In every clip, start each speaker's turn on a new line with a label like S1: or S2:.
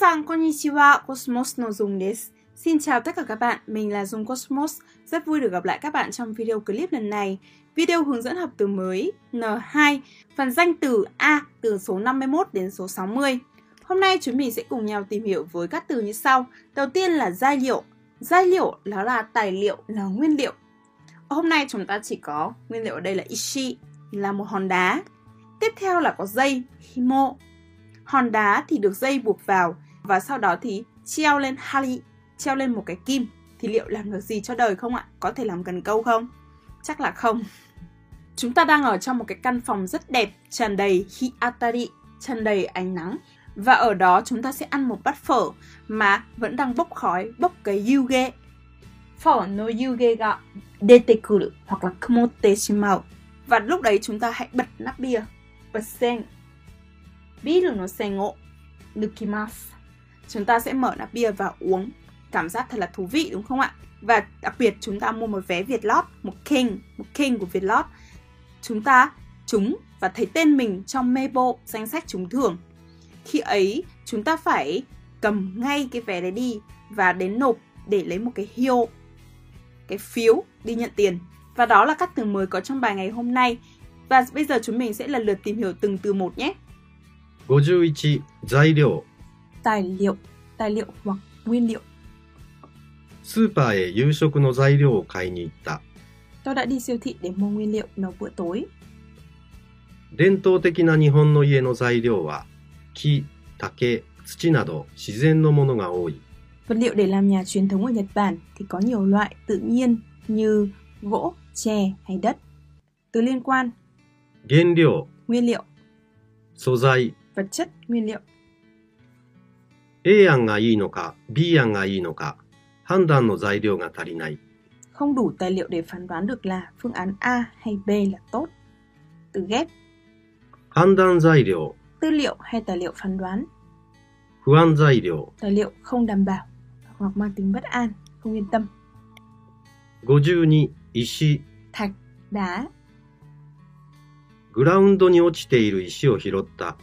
S1: san konnichiwa, Cosmos No Dung desu. Xin chào tất cả các bạn, mình là Dung Cosmos. Rất vui được gặp lại các bạn trong video clip lần này. Video hướng dẫn học từ mới N2, phần danh từ A từ số 51 đến số 60. Hôm nay chúng mình sẽ cùng nhau tìm hiểu với các từ như sau. Đầu tiên là giai liệu. Giai liệu đó là tài liệu, là nguyên liệu. Hôm nay chúng ta chỉ có nguyên liệu ở đây là ishi, là một hòn đá. Tiếp theo là có dây, himo. Hòn đá thì được dây buộc vào và sau đó thì treo lên hari, treo lên một cái kim. Thì liệu làm được gì cho đời không ạ? Có thể làm cần câu không? Chắc là không. Chúng ta đang ở trong một cái căn phòng rất đẹp, tràn đầy hiatari, tràn đầy ánh nắng. Và ở đó chúng ta sẽ ăn một bát phở mà vẫn đang bốc khói, bốc cái yuge. Phở no yuge ga detekuru hoặc là kumotte shimau. Và lúc đấy chúng ta hãy bật nắp bia. Bật sen. Biru no sen o nukimasu. Chúng ta sẽ mở nắp bia và uống. Cảm giác thật là thú vị đúng không ạ? Và đặc biệt chúng ta mua một vé Vietlot, một king, một king của Vietlot. Chúng ta trúng và thấy tên mình trong Mebo danh sách trúng thưởng khi ấy chúng ta phải cầm ngay cái vé đấy đi và đến nộp để lấy một cái hiệu cái phiếu đi nhận tiền và đó là các từ mới có trong bài ngày hôm nay và bây giờ chúng mình sẽ lần lượt tìm hiểu từng từ một nhé
S2: 51材料
S1: tài liệu tài liệu hoặc nguyên liệu
S2: スーパーへ夕食の材料を買いに行った
S1: tôi đã đi siêu thị để mua nguyên liệu nấu bữa tối
S2: 伝統的な日本の家の材料は木竹土など自然のものが多い
S1: vật liệu để làm nhà truyền thống ở Nhật Bản thì có nhiều loại tự nhiên như gỗ chè hay đất từ liên quan
S2: 原料
S1: nguyên liệu
S2: 素材
S1: vật chất nguyên liệu
S2: A 案がいいのか B 案がいいのか判断の材料が足りない
S1: không đủ tài liệu để phán đoán được là phương án A hay B là tốt. Từ ghép,
S2: 判断材料
S1: tư liệu hay tài liệu phán đoán,
S2: 不安材料
S1: tài liệu không đảm bảo hoặc mang tính bất an, không yên tâm,
S2: 52石
S1: thạch, đá.
S2: グラウンドに落ちている石を拾った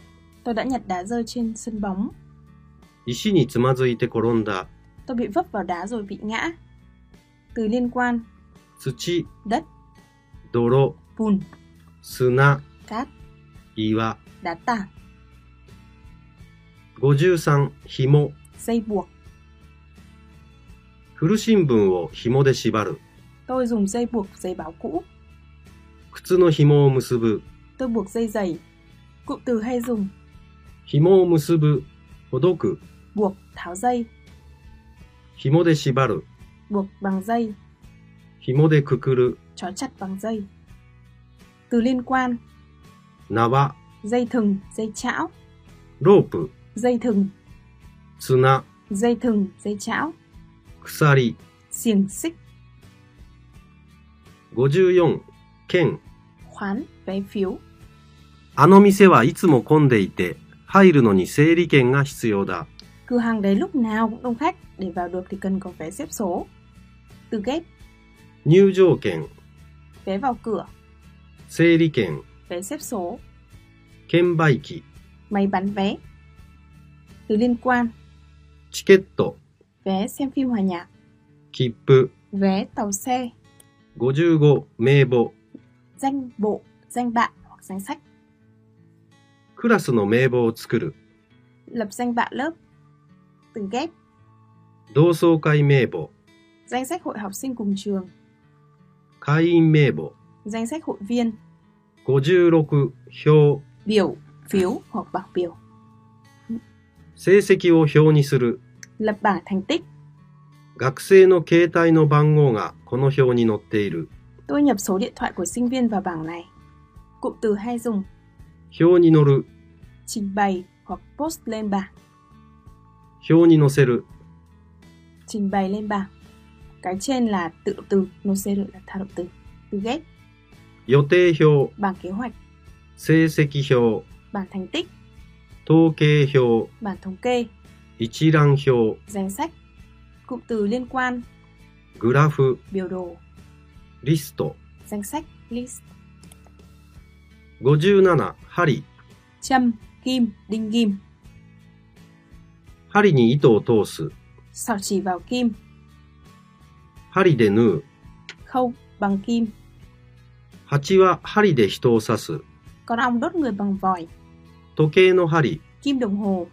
S1: Tôi đã nhặt đá rơi trên sân bóng,
S2: 石につまずいて転んだ
S1: tôi bị vấp vào đá rồi bị ngã. Từ liên quan,
S2: 土
S1: đất,
S2: 泥
S1: bùn,
S2: 砂
S1: cát,
S2: 岩
S1: đá tảng,
S2: 53紐
S1: dây buộc.
S2: 古新聞を紐で縛る
S1: Tôi dùng dây buộc giấy báo cũ,
S2: 靴の紐を結ぶ
S1: tôi buộc dây giày. Cụm từ hay dùng
S2: 紐を結ぶほどく
S1: buộc, tháo dây,
S2: 紐で縛る
S1: buộc bằng dây,
S2: 紐でくくる
S1: trói chặt bằng dây. Từ liên quan,
S2: 縄
S1: dây thừng, dây chảo,
S2: ロープ
S1: dây thừng,
S2: 綱
S1: dây thừng, dây chảo,
S2: 鎖
S1: xiềng xích,
S2: 54剣
S1: khoán, vé phiếu.
S2: あの店はいつも混んでいて入るのに整理券が必要だ
S1: Cửa hàng đấy lúc nào cũng đông khách, để vào được thì cần có vé xếp số. Từ ghép,
S2: 入場券
S1: vé vào cửa,
S2: 整理券
S1: vé xếp số,
S2: 券売機
S1: máy bán vé. Từ liên quan,
S2: チケット
S1: vé xem phim hòa nhạc,
S2: 切符
S1: vé tàu xe,
S2: 55名簿
S1: danh bộ, danh bạ hoặc danh sách,
S2: クラスの名簿を作る
S1: lập danh bạ lớp. Từ ghép,
S2: 同窓会名簿
S1: danh sách hội học sinh cùng trường,
S2: 会員名簿
S1: danh sách hội viên,
S2: 56表
S1: biểu, phiếu hoặc bảng biểu.
S2: 成績を表にする
S1: lập bảng thành tích.
S2: 学生の携帯の番号がこの表に載っている
S1: Tôi nhập số điện thoại của sinh viên vào bảng này. Cụm từ hay dùng
S2: 表に載る
S1: trình bày hoặc post lên bảng,
S2: 表に載せる
S1: trình bày lên bảng. Cái trên là tự động từ, nocero là tha động từ. Từ ghép,
S2: 予定表
S1: bảng kế hoạch,
S2: 成績表
S1: bảng thành tích,
S2: 統計表
S1: bảng thống kê,
S2: 一覧表
S1: danh sách. Cụm từ liên quan,
S2: グラフ
S1: biểu đồ,
S2: リスト
S1: danh sách, list,
S2: 57針
S1: châm, kim, đinh ghim,
S2: 針針に糸を通す、
S1: Sào chỉ vào kim,
S2: 針で縫う、
S1: khâu bằng kim,
S2: 蜂は針で人を刺す、
S1: con ong đốt người bằng vòi,
S2: 時計の針、
S1: kim đồng hồ,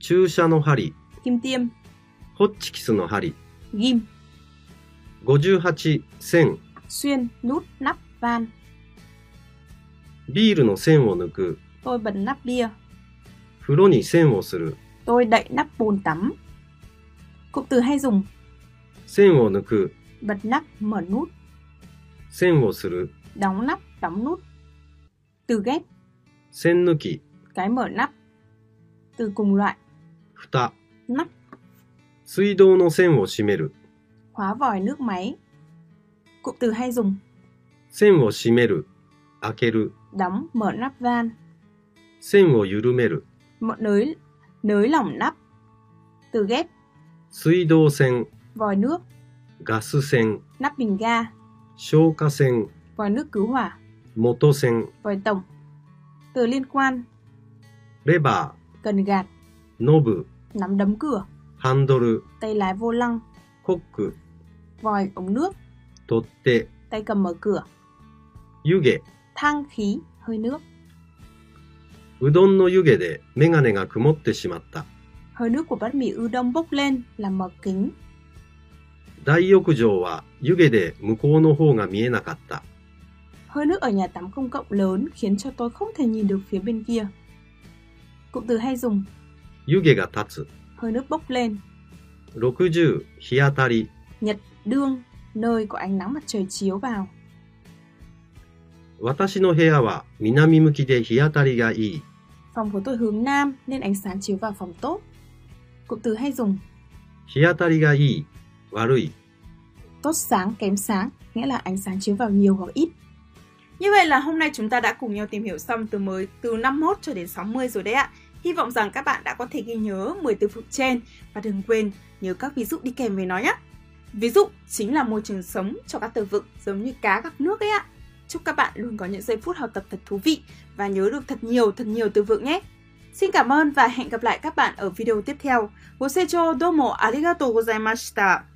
S2: 注射の針、
S1: kim tiêm,
S2: ホッチキスの針、
S1: ghim,
S2: 58、線、
S1: xuyên, nút, nắp, van.
S2: ビールの線を抜く、
S1: Tôi bật nắp bia,
S2: 風呂に線をする、
S1: tôi đậy nắp bồn tắm. Cụm từ hay dùng
S2: 線を抜く、
S1: bật nắp, mở nút,
S2: 線をする、
S1: đóng nắp, đóng nút. Từ ghép,
S2: 線抜き、
S1: cái mở nắp. Từ cùng loại,
S2: 蓋、
S1: nắp,
S2: 水道の線を閉める、
S1: khóa vòi nước máy. Cụm từ hay dùng
S2: 線を閉める、開ける、
S1: đóng, mở nắp van,
S2: 線を緩める、
S1: mở nới, nới lỏng nắp. Từ ghép,
S2: 水道線、
S1: vòi nước,
S2: ガス線、
S1: nắp bình ga,
S2: 消火栓、
S1: vòi nước cứu hỏa,
S2: 元栓、
S1: vòi tổng. Từ liên quan,
S2: レバ
S1: cần gạt,
S2: ー、ノブ、
S1: nắm đấm cửa,
S2: ハンドル、
S1: tay lái vô lăng,
S2: コック、
S1: vòi ống nước,
S2: 取っ手、
S1: tay cầm mở cửa,
S2: 湯気。
S1: thang khí, hơi nước.
S2: うどんの湯気でメガネが曇ってしまった。
S1: Hơi nước của bát mì ưu đông bốc lên làm mở kính.
S2: 大浴場は湯気で向こうの方が見えなかった。
S1: Hơi nước ở nhà tắm công cộng lớn khiến cho tôi không thể nhìn được phía bên kia. Cụm từ hay dùng
S2: 湯気が立つ。
S1: hơi nước bốc lên,
S2: 60、日当たり。
S1: nhật đương, nơi có ánh nắng mặt trời chiếu vào.
S2: 私の部屋は南向きで日当たりがいい。
S1: Phòng của tôi hướng nam nên ánh sáng chiếu vào phòng tốt. Cụm từ hay dùng
S2: 日当たりがいい。悪い。
S1: tốt sáng, kém sáng, nghĩa là ánh sáng chiếu vào nhiều hoặc ít.
S3: Như vậy là hôm nay chúng ta đã cùng nhau tìm hiểu xong từ mới từ 51 cho đến 60 rồi đấy ạ. Hy vọng rằng các bạn đã có thể ghi nhớ 10 từ vựng trên và đừng quên nhớ các ví dụ đi kèm với nó nhé. Ví dụ chính là môi trường sống cho các từ vựng giống như cá gặp nước ấy ạ. Chúc các bạn luôn có những giây phút học tập thật thú vị và nhớ được thật nhiều thật nhiều từ vựng nhé. Xin cảm ơn và hẹn gặp lại các bạn ở video tiếp theo.ご清聴どうもありがとうございました。